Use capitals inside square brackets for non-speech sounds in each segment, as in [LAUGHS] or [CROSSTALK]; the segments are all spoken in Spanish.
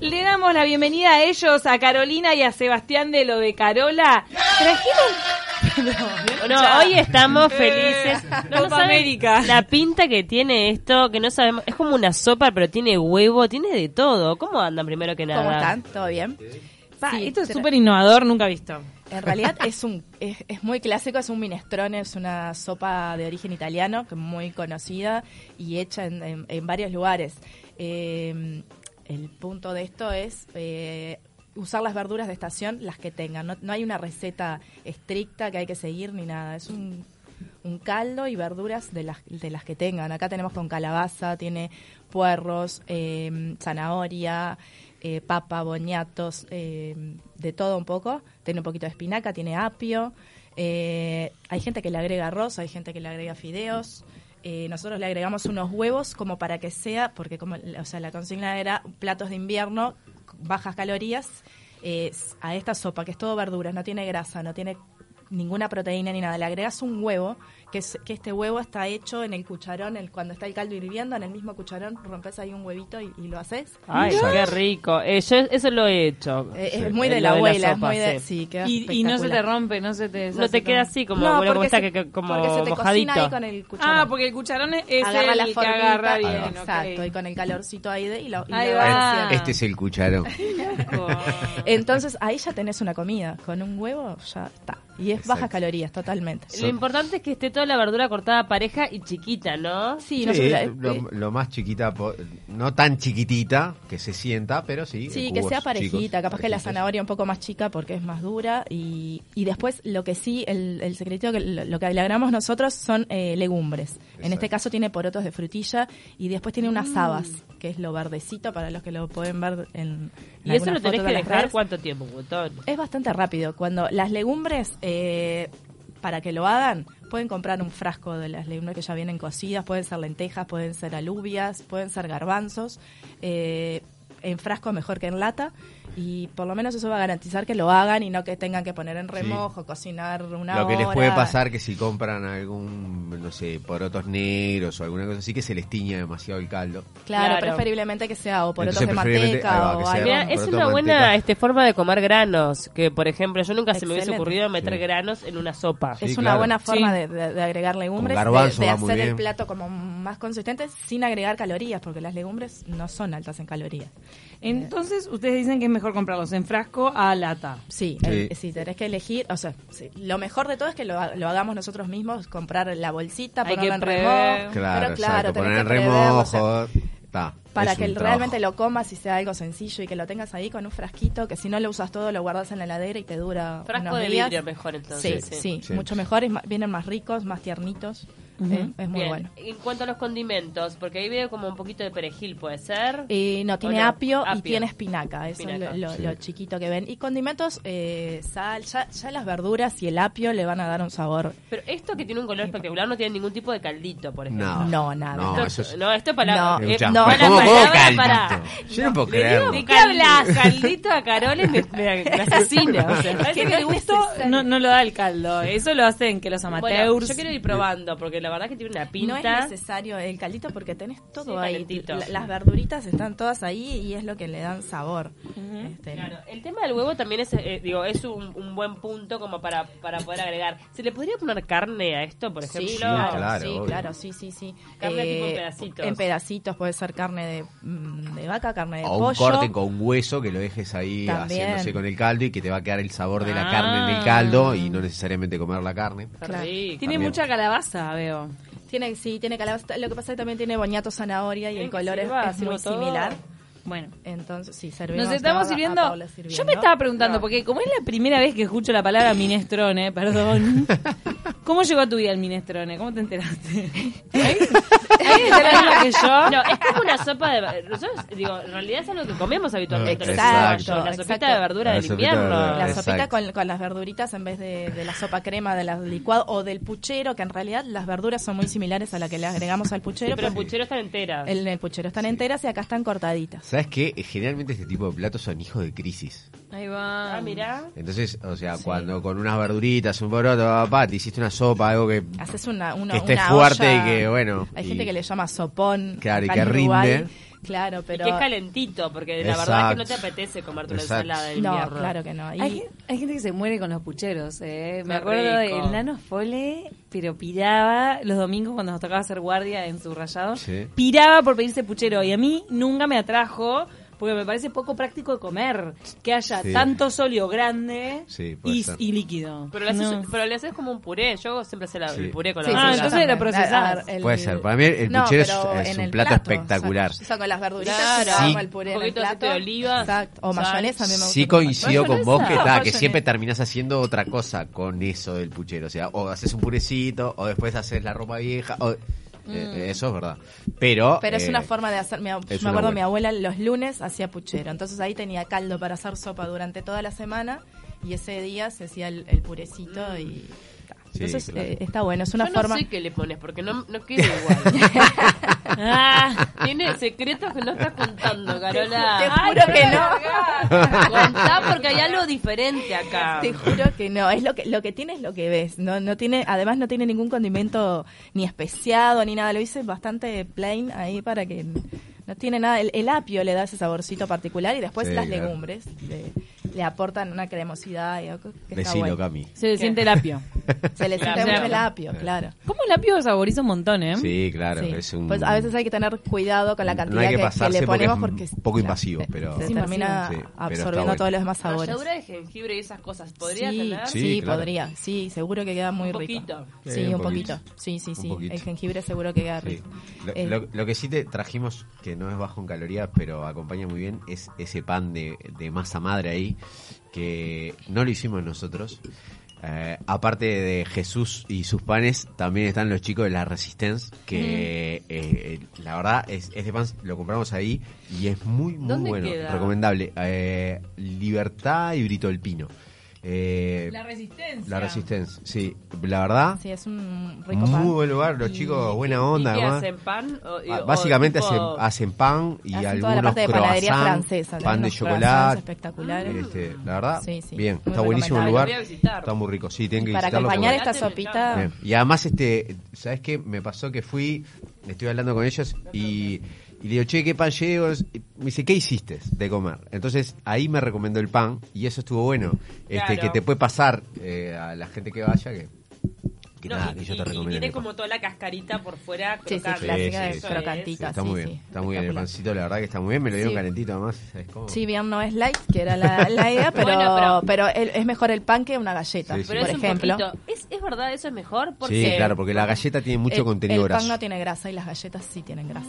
Le damos la bienvenida a ellos, a Carolina y a Sebastián de lo de Carola. [LAUGHS] Trajeron. Bueno, hoy estamos felices. No, no Eh, Copa saben América. La pinta que tiene esto, que no sabemos, es como una sopa, pero tiene huevo, tiene de todo. ¿Cómo andan primero que nada? ¿Cómo están? ¿Todo bien? Pa, Sí, esto es tra- súper innovador, nunca visto. En realidad es un es, es muy clásico, es un minestrone, es una sopa de origen italiano que es muy conocida y hecha en, en- en varios lugares. Eh, el punto de esto es eh, usar las verduras de estación, las que tengan. No, no hay una receta estricta que hay que seguir ni nada. Es un, un caldo y verduras de las, de las que tengan. Acá tenemos con calabaza, tiene puerros, eh, zanahoria, eh, papa, boñatos, eh, de todo un poco. Tiene un poquito de espinaca, tiene apio. eh, hay gente que le agrega arroz, hay gente que le agrega fideos. Eh, nosotros le agregamos unos huevos como para que sea, porque como, o sea, la consigna era platos de invierno, bajas calorías, eh, a esta sopa, que es todo verduras, no tiene grasa, no tiene ninguna proteína ni nada. Le agregas un huevo, que, es, que este huevo está hecho en el cucharón, el, cuando está el caldo hirviendo, en el mismo cucharón rompes ahí un huevito y, y lo haces. Ay, qué rico. Eh, yo eso lo he hecho. Eh, Sí. Es muy Lo de la abuela, sopa, es muy de... sí. Sí, queda Y, y no se te espectacular. rompe, no se te. No deshace te queda todo. así como, No, bueno, como porque está se- que- que- como porque se te mojadito. cocina ahí con el cucharón. Ah, porque el cucharón es es agarra el la que formita, agarra bien. ahí va. exacto, ok. y con el calorcito ahí de, y lo, y Ahí lo va. vas Ah. haciendo. Este es [LAUGHS] el cucharón. Entonces ahí ya tenés una comida, con un huevo ya está. Y es bajas Exacto. calorías totalmente. Lo importante es que esté toda la verdura cortada pareja y chiquita, ¿no? Sí, no sé, eh, lo, lo más chiquita, po- no tan chiquitita que se sienta, pero sí. Sí, en que cubos sea parejita, chicos, capaz que la parejitos. zanahoria un poco más chica porque es más dura. Y, y después lo que sí, el, el secretito, que lo lo que le agregamos nosotros son eh, legumbres. En Exacto. este caso tiene porotos de frutilla y después tiene unas Mm. habas, que es lo verdecito para los que lo pueden ver en... en Y eso alguna lo tenés foto que de las dejar redes. cuánto tiempo, un montón. Es bastante rápido. Cuando las legumbres, eh, para que lo hagan, pueden comprar un frasco de las legumbres que ya vienen cocidas. Pueden ser lentejas, pueden ser alubias, pueden ser garbanzos. eh, en frasco mejor que en lata. Y por lo menos eso va a garantizar que lo hagan y no que tengan que poner en remojo, cocinar una hora. Lo que les puede pasar que si compran algún, no sé, porotos negros o alguna cosa así, que se les tiña demasiado el caldo. Claro, Claro. preferiblemente que sea o por otros Entonces, de preferiblemente- ahí va, manteca que o sea- algo. Mira, Por es otra una buena manteca. este, forma de comer granos, que por ejemplo, yo nunca se me hubiese Excelente. ocurrido meter Sí. granos en una sopa. es Sí, una claro. buena forma Sí. de, de- de agregar legumbres, Con garbanzo de, de va muy hacer el bien. plato como más consistente sin agregar calorías, porque las legumbres no son altas en calorías. Entonces, ustedes dicen que es mejor comprarlos en frasco a lata. Sí, Sí. el- si tenés que elegir, o sea, sí, lo mejor de todo es que lo, ha- lo hagamos nosotros mismos, comprar la bolsita, Hay ponerlo que en prever. remojo, Claro, pero claro, exacto, tenés poner en que prever, remojo. o sea, ta, para es que un realmente trabajo. lo comas y sea algo sencillo y que lo tengas ahí con un frasquito, que si no lo usas todo lo guardas en la heladera y te dura Frasco unos de días. vidrio mejor entonces. sí, sí, Sí. mucho mejor, es ma- vienen más ricos, más tiernitos, eh, es muy Bien. bueno. En cuanto a los condimentos, porque ahí veo como un poquito de perejil, ¿puede ser? Eh, no, tiene ¿O no? apio, Apio. y tiene espinaca, eso Espinaca. es lo, lo- Sí. lo chiquito que ven. Y condimentos, eh, sal, ya, ya las verduras y el apio le van a dar un sabor. Pero esto que tiene un color espectacular no tiene ningún tipo de caldito, por ejemplo. No, No, nada. No, Esto- eso es. no, esto es palabra. No, es un eh, chasco. no, para [LAUGHS] ¿Cómo, cómo palabra, caldito? para- Yo no, puedo Le digo, creerlo. ¿De qué hablas? Caldito a Carole me, me- [LAUGHS] me asesina. O sea, Parece que el gusto no, no lo da el caldo. Eso lo hacen que los amateurs. Bueno, yo quiero ir probando, porque la verdad que tiene una Y No es pinta. necesario el caldito porque tenés todo Sí, ahí. calentito. La- las verduritas están todas ahí y es lo que le dan sabor. Este, Claro, el tema del huevo también es, eh, digo, es un, un buen punto como para, para poder agregar. ¿Se le podría poner carne a esto, por ejemplo? Sí, Sí, claro, claro, sí, obvio. claro, sí, sí, sí. Eh, Carne tipo en pedacitos. En pedacitos, puede ser carne de, mm, de vaca, carne de O pollo. un corte con hueso que lo dejes ahí También. haciéndose con el caldo y que te va a quedar el sabor de la Ah. carne en el caldo y no necesariamente comer la carne. Qué Claro. rico. Tiene También. mucha calabaza, veo. Tiene, sí, tiene calabaza. Lo que pasa es que también tiene boñato, zanahoria y Quieren el que color es, sirva, es sirvo muy todo. similar. Bueno. Entonces, sí, servimos. Nos estamos a- a sirviendo. Paula Yo me estaba preguntando, No. porque como es la primera vez que escucho la palabra minestrone, [LAUGHS] perdón. ¿Cómo llegó a tu vida el minestrone? ¿Cómo te [LAUGHS] enteraste? ¿Alguien te lo mismo que yo? No, es como una sopa de. Nosotros, digo, en realidad es algo que comemos habitualmente. los Exacto, uruguayos, La sopita exacto. de verdura La del sopita de invierno. verdura. La Ah, Exacto. sopita con, con las verduritas en vez de, de la sopa crema, de las licuado o del puchero, que en realidad las verduras son muy similares a la que le agregamos al puchero, pero Pero el puchero están enteras. en el puchero están enteras y acá están cortaditas. ¿Sabes qué? Generalmente este tipo de platos son hijos de crisis. Ahí va. Ah, mirá. Entonces, o sea, cuando con unas verduritas, un poroto, papá, te hiciste una sopa, algo que, Haces una, una, que esté una fuerte olla. y que, bueno. Hay y- gente que le llama sopón. Claro, y acá en que Uruguay rinde. Claro, Y pero... que es calentito, porque la Exacto. verdad es que no te apetece comerte una Exacto. ensalada de no, mierda. claro que no. Y- Hay, hay gente que se muere con los pucheros. ¿eh? Me Qué acuerdo rico. del nano Fole, pero piraba los domingos cuando nos tocaba hacer guardia en su rayado. Sí. Piraba por pedirse puchero y a mí nunca me atrajo porque me parece poco práctico de comer que haya Sí. tanto sólido grande Sí, puede y, ser. y líquido. Pero le, haces, No. pero le haces como un puré. Yo siempre hice la- Sí. el puré con Sí, la Ah, verdura. yo entonces lo también. procesás. A ver, el- Puede ser. Para mí el No, puchero es- pero es en un el plato espectacular. o sea, eso con las verduritas, Claro. claro, Sí. el puré en Un el poquito de aceite plato. de oliva, Exacto. O sal. mayonesa, a mí me gusta. Sí con coincido mayonesa. con vos que, ta, que Mayonesa. siempre terminás haciendo otra cosa con eso del puchero. O sea, o haces un purecito, o después haces la ropa vieja. o- eh, eh, eso es verdad. Pero, Mm. Pero es eh, una forma de hacer. Mi, ab- es yo me una acuerdo, buena. mi abuela los lunes hacía puchero. Entonces ahí tenía caldo para hacer sopa durante toda la semana y ese día se hacía el, el purecito y. ta. Sí, Entonces claro. eh, está bueno, es una Yo forma. no sé qué le pones, porque no, no queda [LAUGHS] igual. [LAUGHS] [LAUGHS] Ah, Tiene secretos que no estás contando, Te Carola. juro que no. [LAUGHS] Contá porque hay algo diferente acá. Te juro que no, es lo que lo que tiene es lo que ves. No no tiene, además no tiene ningún condimento ni especiado ni nada. Lo hice bastante plain ahí para que no tiene nada. El, el apio le da ese saborcito particular y después Sí, las claro. legumbres le, le aportan una cremosidad y algo que está Decilo, bueno. Cami. se le siente el apio. Se le siente Claro. mucho el apio, claro. ¿Cómo el apio saboriza un montón, eh? Sí, claro. Sí. Es un... Pues a veces hay que tener cuidado con la No hay cantidad que que, que pasarse le porque es ponemos un porque es- poco invasivo, se- pero- se Sí, termina invasivo. Sí, pero está absorbiendo bueno. todos los demás sabores. Ralladura de jengibre y esas cosas. ¿Podría sí, tener? Sí, Sí, claro. podría. Sí, seguro que queda muy Un rico. poquito. Sí, Sí, un un poquito. poquito. Sí, sí, Un sí. poquito. El jengibre seguro que queda Sí. rico. Lo, Eh, lo- lo que sí te trajimos, que no es bajo en calorías, pero acompaña muy bien, es ese pan de, de masa madre ahí, que no lo hicimos nosotros. Eh, aparte de Jesús y sus panes, también están los chicos de la Resistance, que eh, eh, la verdad, es, ese pan lo compramos ahí y es muy, muy ¿Dónde bueno, queda? recomendable. Eh, Libertad y Brito del Pino. Eh, la Resistencia. La Resistencia, sí. La verdad, sí, es un rico muy pan. buen lugar, los Y- chicos, buena onda. ¿Y qué además. hacen pan? O- y- Ba- o Ah, Básicamente tipo- hacen, hacen pan y Hacen toda la algunos parte de panadería croissant, francesa. pan de tenemos croissants chocolate. espectaculares. Mm. Este, la verdad, Sí, sí, bien, muy está buenísimo el recomendable. lugar, Lo voy a visitar. está muy rico, sí, Y tienen que para visitarlo. acompañar porque- esta sopita, Bien. Y además, este, ¿sabes qué? Me pasó que fui, estoy hablando con ellos y, y le digo, che, ¿qué pan llevo? Y me dice, ¿qué hiciste de comer? Entonces ahí me recomendó el pan y eso estuvo bueno, este, Claro. que te puede pasar eh, a la gente que vaya que, que No, nada, y- que yo y- te y recomiendo. el tiene pan. como toda la cascarita por fuera. Sí, sí, crocante. clásica de Eso es. Sí, crocantita. está sí, muy sí, bien, está muy bien el espectacular. pancito, la verdad que está muy bien, me lo dieron Sí. calentito además, ¿sabes cómo? sí, bien no es light, que era la, la [LAUGHS] idea, pero, Bueno, pero el- es mejor el pan que una galleta, Sí, sí. Pero por es ejemplo. un poquito. ¿Es, es verdad, eso es mejor. Porque Sí, claro, porque la galleta tiene mucho el, contenido el pan graso. no tiene grasa y las galletas sí tienen grasa.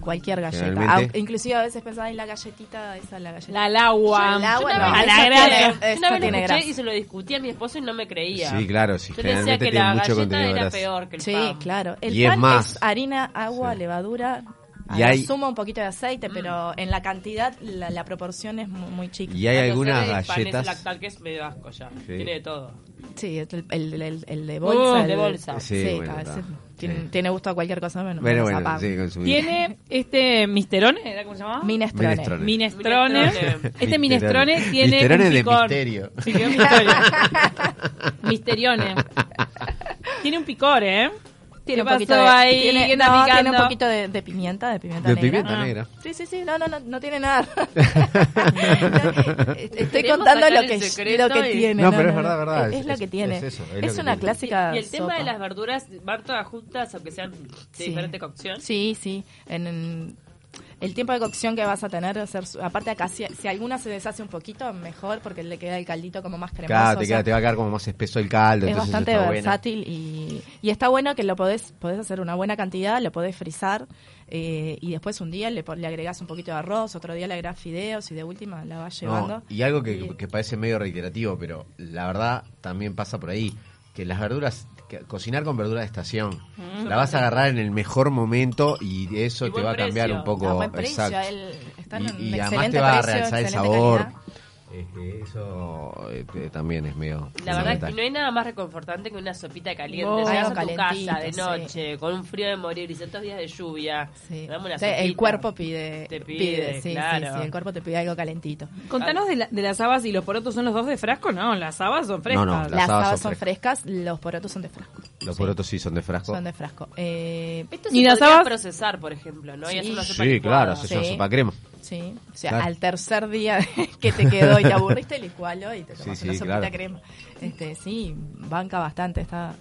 Cualquier galleta. Generalmente- Aunque- inclusive a veces pensaba en la galletita, esa la galleta. La al agua. El agua Yo no, una a vez- la esa grasa. tiene- Yo una vez esa lo tiene escuché grasa. y se lo discutí a mi esposo y no me creía. Sí, claro, sí, Yo le decía generalmente que tiene la mucho galleta contenido era graso. peor que el Sí, pan. claro. El Y es pan es, más. harina, agua, levadura. Y Y hay- suma un poquito de Mm. aceite, pero en la cantidad la, la proporción es mu- muy chica. Y hay A no ser algunas el pan ese galletas. lactal que es medio asco ya. Tiene de todo. Sí, el, el- el- el de bolsa. Uh, el de bolsa. Sí, Sí, bueno, a veces está. tiene, Sí. tiene gusto a cualquier cosa menos, Bueno, menos a bueno, pan. sí, con su- Tiene este misterone, ¿era cómo se llamaba? Minestrone. Minestrone. [LAUGHS] Minestrone. Minestrone. Este minestrone tiene Misterone un de picor. misterio. Sí, quedó [LAUGHS] [LAUGHS] misterio. Misterione. Tiene un picor, ¿eh? Tiene ¿Qué un poquito pasó de, ahí? tiene, ¿Qué está no, tiene un picando? poquito de, de pimienta, de pimienta De negra. pimienta Ah. negra. Sí, sí, sí, no, no, no, no tiene [LAUGHS] nada. Estoy Queremos contando sacar lo el que, secreto lo que y- tiene. No, pero es verdad, verdad, Es, es- es lo que es- tiene. es Es, eso, es lo que una tiene. Y, clásica y el tema sopa. de las verduras, van todas juntas, aunque sean de Sí. diferente cocción. Sí, sí. En, en- el tiempo de cocción que vas a tener, va a ser su- aparte acá, si, si alguna se deshace un poquito, mejor, porque le queda el caldito como más Ah, cremoso. Claro, o te, sea, queda- te va a quedar como más espeso el caldo. es entonces eso bastante está bueno. versátil y, y está bueno que lo podés, podés hacer una buena cantidad, lo podés frizar eh, y después un día le, pon- le agregás un poquito de arroz, otro día le agregás fideos y de última la vas No, llevando. y algo que, que parece medio reiterativo, pero la verdad también pasa por ahí, que las verduras, que cocinar con verdura de estación, Mm. la vas a agarrar en el mejor momento y eso Y te buen va a cambiar precio. un poco. A buen precio, exacto. el- están en y un y además excelente te va a precio, realzar el excelente sabor. calidad. Este, eso eh, también es medio... La verdad es que fundamental. no hay nada más reconfortante que una sopita caliente. Oh, Llegas a tu algo casa de calentito, sí. noche, con un frío de morir y ciertos días de lluvia. Sí. Dame una O sea, el sopita. cuerpo pide, Te pide, pide, sí, sí, claro. sí, el cuerpo te pide algo calentito. Contanos de, la- de las habas y los porotos, ¿son los dos de frasco? No, las habas son frescas. No, no, Las habas habas son son frescas, los porotos son de frasco. Los porotos sí son de frasco. Son de frasco. Eh, Esto ¿Y se las podría habas? procesar, por ejemplo, ¿no? Y Sí. hacer una sopa Sí, licuada. claro, se Sí. llama sopa crema. sí, o sea, Claro. al tercer día [LAUGHS] que te quedó y te aburriste, licualo y te Sí, tomas sí, una sopita claro. crema. Este, sí, banca bastante. está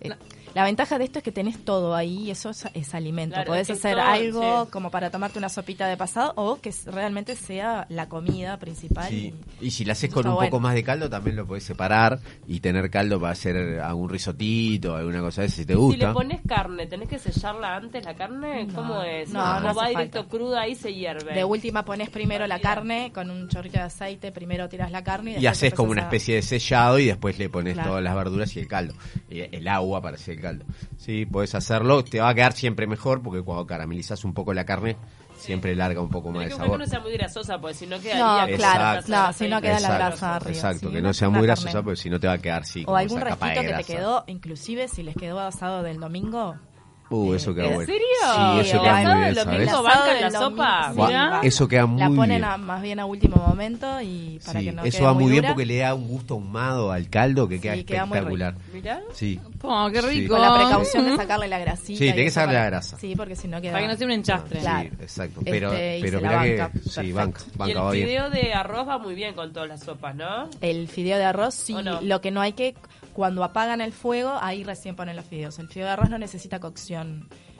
eh, La ventaja de esto es que tenés todo ahí y eso es, es alimento. Claro, Podés es hacer todo, algo sí. como para tomarte una sopita de pasado o que s- realmente sea la comida principal. Sí. y- Y si la haces con Está un bueno. poco más de caldo, también lo podés separar y tener caldo para hacer algún risotito, alguna cosa de esa, si te Si le gusta. pones carne, ¿tenés que sellarla antes la carne? No. ¿Cómo es? No, ¿O no va hace directo falta. cruda ahí se hierve. De última pones primero la Olvidar. carne con un chorrito de aceite, primero tiras la carne y, Y después haces como una empezás a- especie de sellado y después le pones Claro. todas las verduras y el caldo. Y el agua para hacer el caldo. Sí, podés hacerlo. Te va a quedar siempre mejor porque cuando caramelizas un poco la carne, siempre larga un poco más Tenés que de buscar que sabor. no sea muy grasosa, porque si no queda No, Exacto. claro, no, si no queda la Exacto, grasa arriba. Exacto, sí, que una- no sea una muy carne. grasosa porque si no te va a quedar así. O como algún esa capa de restito que te grasa. quedó, inclusive si les quedó asado del domingo. Uh, Eh, eso queda ¿en bueno. serio? Sí, eso o queda algo muy de bien, lo ¿sabes? mismo. asado banca del la domingo, sopa. sí, Guau, banca. eso queda La muy ponen bien. a- más bien a último momento y para Sí, que no eso quede va muy bien dura. porque le da un gusto ahumado al caldo que queda Sí, queda muy espectacular. Mirá. sí. Oh, qué Sí. rico. Con la precaución de sacarle la grasita. Sí, y tenés que eso sacarle para- la grasa. Sí, porque si no [LAUGHS] queda... Para que no sea un enchastre. Claro. Sí, exacto. Este, Pero, y pero se la mirá que. banca. Sí, Perfecto. banca. Y Banca va el bien. video de arroz va muy bien con todas las sopas, ¿no? El fideo de arroz, sí. ¿O no? Lo que no hay que... Cuando apagan el fuego, ahí recién ponen los fideos. El fideo de arroz no necesita cocción.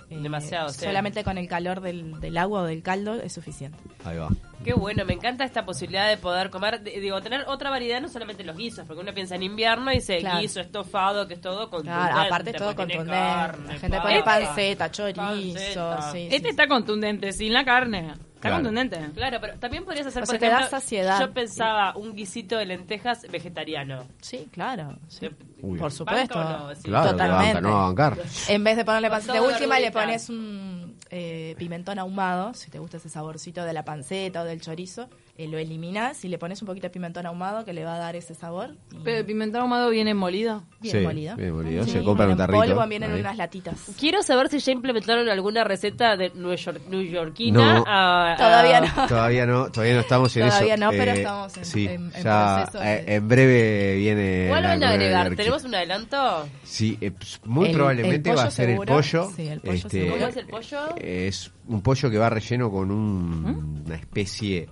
eh, Demasiado, sí. Solamente con el calor del, del agua o del caldo es suficiente. Ahí va. Qué bueno, me encanta esta posibilidad de poder comer, de- digo, tener otra variedad, no solamente los guisos, porque uno piensa en invierno y dice Claro. guiso, estofado, que es todo contundente. Claro, aparte es todo porque tiene contundente. carne, la gente papa. pone Este- panceta, chorizo, Panceta. sí, sí. Este está contundente, sin la carne. Está Claro. contundente. Claro, pero también podrías hacer, O por sea, te da ejemplo, saciedad. yo pensaba un guisito de lentejas vegetariano. Sí, claro. sí. Uy. Por supuesto. ¿Banca o no? Sí. Claro, que banca, Totalmente. no va a [LAUGHS] bancar. En vez de ponerle Con panceta todo última, le verdurita. pones un eh, pimentón ahumado, si te gusta ese saborcito de la panceta o del chorizo, eh, lo eliminas y le pones un poquito de pimentón ahumado que le va a dar ese sabor. y Pero el pimentón ahumado viene molido. bien Sí, molido. bien molido, Ah, se Sí, compran un en tarrito, polvo vienen ahí. unas latitas. Quiero saber si ya implementaron alguna receta de nueyor- newyorkina. No. a- a- Todavía no. Todavía no, todavía no estamos en Todavía eso. Eh, no, pero estamos en- sí, en- en ya, proceso eh, de- en breve viene. Igual la van a nueva agregar. jerarquía. ¿Tenemos un adelanto? Sí, eh, ps- muy El- probablemente el va a pollo ser el seguro. pollo. Este, Sí, el pollo seguro. ¿Cómo es el pollo? Es un pollo que va relleno con un- una especie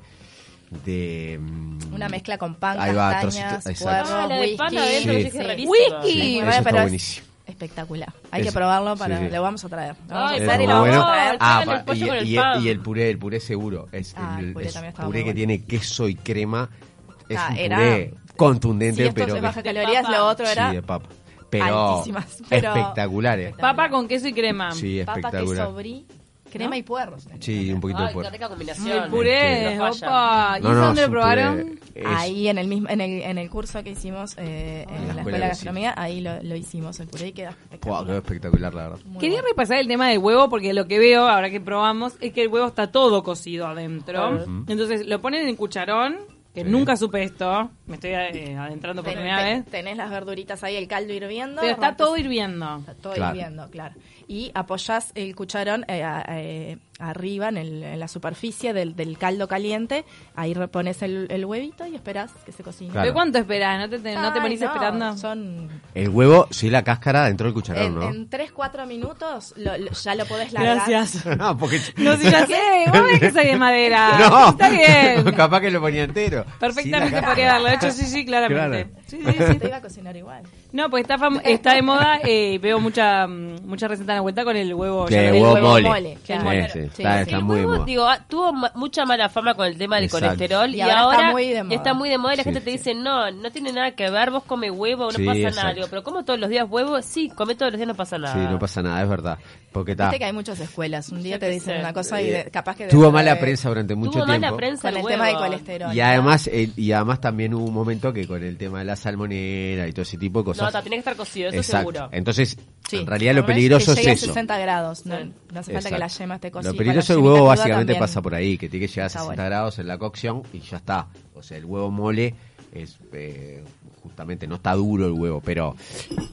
de. mm, ¿Mm? Una mezcla con pan, Ahí va, castañas, trocito, exacto. puerros, Ah, la de pan whisky. adentro, Sí. que es rarísimo. Whisky. Sí, bueno, eso está pero es- buenísimo. Espectacular. Hay que Eso. probarlo Sí, para... sí. Lo vamos a traer. Lo vamos Ay, a Eso hacer y lo Sari, está vamos bueno. a traer. Ah, pa- el pollo y, con el y- pan. y el puré, el puré seguro. Es Ah, el, el puré es también estaba puré muy que bueno. tiene queso y crema. Es Ah, un era- puré contundente, Sí, esto pero. es que- baja calorías, papa. lo otro era... Sí, de papa. Pero, Altísimas, pero- espectaculares. Papa con queso y crema. Sí, papa, queso, espectacular. brie, crema y puerros. Sí, un poquito de Ay, qué puerro. rica Mm, combinación. El puré, Sí. No falla. opa. Ah, ¿Y eso dónde es lo un probaron? puré- es- Ahí en el mismo en el, en el curso que hicimos eh, en la escuela de gastronomía, ahí lo, lo hicimos el puré y queda Buah, quedó espectacular. espectacular, la verdad. Muy Quería bueno. repasar el tema del huevo porque lo que veo ahora que probamos es que el huevo está todo cocido adentro. Ujú. Entonces lo ponen en cucharón, que Sí. nunca supe esto. Me estoy eh, adentrando por Ten- primera ten- vez. tenés las verduritas ahí, el caldo hirviendo. Pero está rompes- todo hirviendo. Está todo Claro. hirviendo, claro. Y apoyás el cucharón eh, a- eh, arriba en, el- en la superficie del, del caldo caliente. Ahí repones el, el huevito y esperás que se cocine. Claro. ¿Pero cuánto esperás? ¿No te, te- Eh, no te Ay, ponís no, esperando? [LAUGHS] Son El huevo, sí, la cáscara dentro del cucharón, en, ¿no? 3-4 minutos lo- lo- ya lo podés largar. Gracias. [LAUGHS] no, porque. No, si ya [LAUGHS] sé, vos ves que soy de madera. [LAUGHS] No, [LAUGHS] Está bien. [LAUGHS] Capaz que lo ponía entero. Perfectamente para podría darlo. De hecho, sí, sí, claramente. Claro. Sí, sí, sí. Te iba a cocinar [LAUGHS] igual. No, pues está, fam- está de moda. eh, veo mucha, mm, mucha receta en la vuelta con el huevo. Que ya el lo- huevo, huevo mole. mole, Sí, claro. sí, Sí, está, sí. está El muy huevo, bueno. digo, ah, tuvo ma- mucha mala fama con el tema del Exacto. colesterol y, Y ahora, ahora está muy de moda. está muy de moda y la Sí, gente te sí. dice, no, no tiene nada que ver, vos come huevo, no Sí, pasa nada. exacto. Digo, pero como todos los días huevo, sí, come todos los días, no pasa nada. Sí, no pasa nada, es verdad. Porque está. Viste que hay muchas escuelas. Un día Yo te qué dicen sé. una cosa y de- capaz que... Eh, Tuvo dentro mala de- prensa durante mucho Tuvo tiempo. mala prensa Con el el huevo. tema del colesterol. Y además, el- y además también hubo un momento que con el tema de la salmonera y todo ese tipo de No, cosas. ta, tiene que estar cocido, eso Exacto. seguro. Entonces, Sí. en realidad lo Por menos peligroso que es llegue a eso. 60 grados. No, Sí. no hace falta que la Exacto. yema esté cocida. Lo con peligroso la del yemita huevo cruda básicamente también. pasa por ahí, que tiene que llegar Está a 60 bueno. grados en la cocción y ya está. O sea, el huevo mole es eh, justamente, no está duro el huevo, pero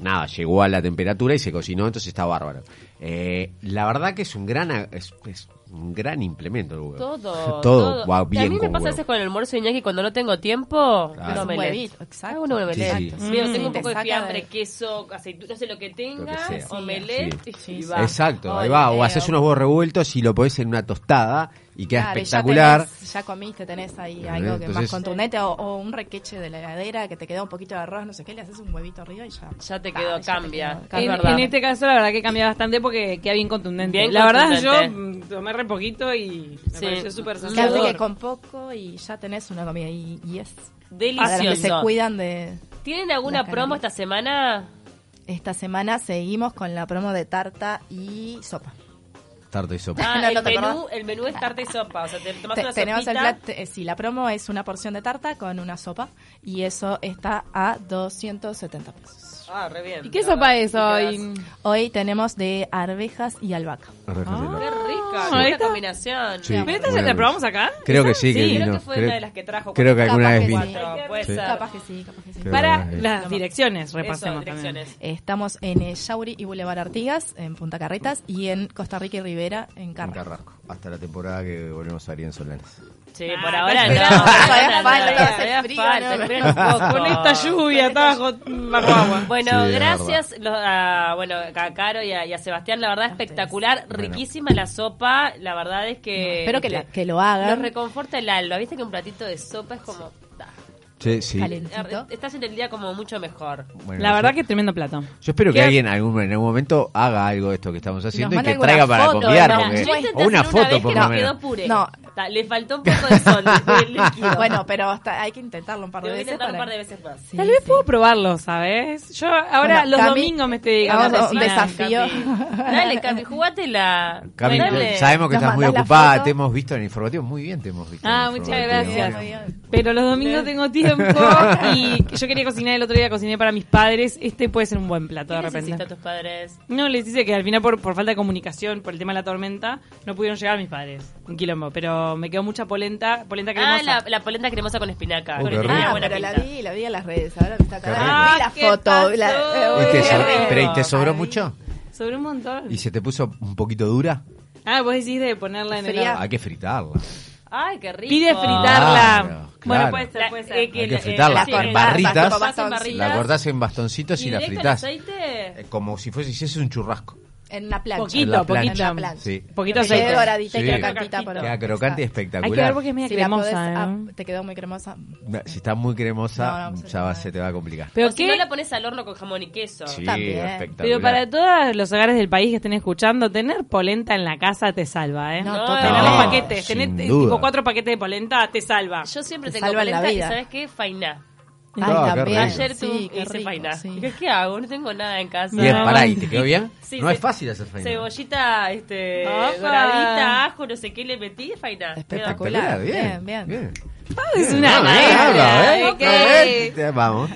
nada, llegó a la temperatura y se cocinó, entonces está bárbaro. Eh, la verdad que es un gran, a- es, es un gran implemento el huevo. Todo. [LAUGHS] Todo, todo. guau, Y a bien mí me con pasa huevo. eso con el almuerzo Iñaki cuando no tengo tiempo. Claro. un Es un omelette. huevito, exacto. Hago un omelette. Sí, sí. Sí, o Mm. tengo un poco Te de saca fiambre, de- queso, aceituna, no sé lo que tengas, sea. omelette Sí. y- Sí, y sí. va. Exacto, Ay, ahí va. O qué haces feo. unos huevos revueltos y lo pones en una tostada y queda Claro, y ya espectacular. tenés- Ya, comiste, tenés ahí Eh, algo que entonces- más contundente o, o un requeche de la heladera que te queda un poquito de arroz, no sé qué, le haces un huevito arriba y ya. Ya te quedó, Ah, ya te cambia. quedó. Es En, verdad. en este caso la verdad que cambia bastante porque queda bien contundente. Bien la verdad yo contundente. mm, tomé re poquito y me Sí. pareció súper Claro Claro, saciador. que con poco y ya tenés una comida y, y es para los que se Delicioso. cuidan de ¿Tienen alguna Las promo esta canarias. semana? esta semana seguimos con la promo de tarta y sopa. Tarta y sopa. Ah, No, el, no te menú, acordás. el menú es tarta y sopa. O sea, te tomas Te- una tenemos el sopita. plat, eh, sí, la promo es una porción de tarta con una sopa y eso está a 270 pesos. Ah, re bien. ¿Y qué sopa es Y quedás- hoy? Hoy tenemos de arvejas y albahaca. Arvejas y Qué la- rica. Sí. Esta combinación. Sí. ¿Pero esta Muy ya la bien. probamos acá? Creo que sí, que creo vino. que fue Creo- una de las que trajo. creo que cuatro, alguna Capaz vez que vino. sí. cuatro, puede Sí. ser. Capaz que sí, capaz que sí. Creo Para que- las direcciones Eso, repasemos también. direcciones. Estamos en eh, Yauri y Boulevard Artigas, en Punta Carretas, y en Costa Rica y Rivera, en En Carrasco. Carrasco. Hasta la temporada que volvemos a salir en Solanas. Sí, Ah, por está ahora no. esperando, Todavía todavía falta, falta, hace todavía frío, falta, ¿no? esperen un poco. Con esta lluvia, está bajo, bajo agua. Bueno, Sí, es gracias lo- a, bueno, a Caro y a, y a Sebastián. La verdad, espectacular. Bueno. Riquísima la sopa. La verdad es que. Espero que, este, la- que lo hagan. Nos reconforta el alma. Viste que un platito de sopa es como. ta, Sí, sí. Calen. Estás en el día como mucho mejor. Bueno, La yo- verdad que tremendo plato. Yo espero que ¿Qué? alguien algún- en algún momento haga algo de esto que estamos haciendo y manda que alguna traiga para foto, conviar. ¿no? porque- Ah, Yo Yo intenté o una hacer una foto, vez por que lo no menos. quedó puré. No. Ta, le faltó un poco de [LAUGHS] sol, de Ah. líquido. Bueno, pero hasta- hay que intentarlo un par Lo de voy a veces. intentar un para- par de veces más. Sí, Tal vez sí. puedo probarlo, ¿sabes? Yo ahora Bueno, los Cami, domingos me estoy dedicando hagamos a un cocinar. desafío. Dale, Cami, jugátela. Cami, Dale. sabemos que Nos estás muy mandás la ocupada, foto. te hemos visto en el informativo, muy bien te hemos visto. en Ah, el muchas informativo. gracias. Muy bien. Pero los domingos tengo tiempo y yo quería cocinar el otro día, cociné para mis padres. Este puede ser un buen plato ¿Qué de les hiciste repente. a tus padres? No, les dice que al final por, por falta de comunicación, por el tema de la tormenta, no pudieron llegar mis padres. Un quilombo, pero me quedó mucha polenta, polenta cremosa. Ah, la, la polenta cremosa con espinaca. Oh, Con qué espinaca, rico. Ah, buena pero la pinta. vi, la vi en las redes. Ahora me está acá. rico. Ah, la ¿qué foto. pasó? la- ¿Y te Uy, sobró- qué pero ¿y Este te rico. sobró mucho? Sobre un montón. ¿Y se te puso un poquito dura? Ah, vos decís de ponerla en el Fría. agua. Hay que fritarla. Ay, qué rico. Pide fritarla. Claro, Bueno, claro. puede ser, puede ser. Ah, La- eh, Hay la- que eh, fritarla la sí, con eh, barritas, la cortás la en barritas, La cortás en bastoncitos y la directo al fritás. aceite? Eh, Como si fuese hiciese un churrasco. En una plancha. Poquito, En la poquito. plancha. En la plancha. Sí. Poquito Que quede aceite. doradita Sí. y crocantita. pero- Queda crocante y Hay que ver espectacular. porque es media Si la podés, cremosa. ah, ¿eh? te quedó muy cremosa. Si está muy cremosa, No, no, ya va- sí. se te va a complicar. Pero o qué, si no la pones al horno con jamón y queso. Sí, También. espectacular. pero para todos los hogares del país que estén escuchando, tener polenta en la casa te salva, ¿eh? No, No, tener no, los paquetes, sin tener eh, duda. tipo cuatro paquetes de polenta te salva. Yo siempre Te tengo salva la polenta y vida. ¿sabes qué? Fainá. Ay, Ah, qué también. rico. Ayer tú Sí, qué hice rico, fainá. sí. [LAUGHS] Dije, ¿qué hago? No tengo nada en casa. Bien, No. pará, ¿y te quedó bien? Sí, no sí. es fácil hacer faena. Cebollita, este, Opa. doradita, ajo, no sé qué le metí, fainá. Espectacular. Espectacular, bien, Bien, bien. bien. es No, una bien, maestra, bravo, ¿eh? ¿eh? ¿Qué? Vamos.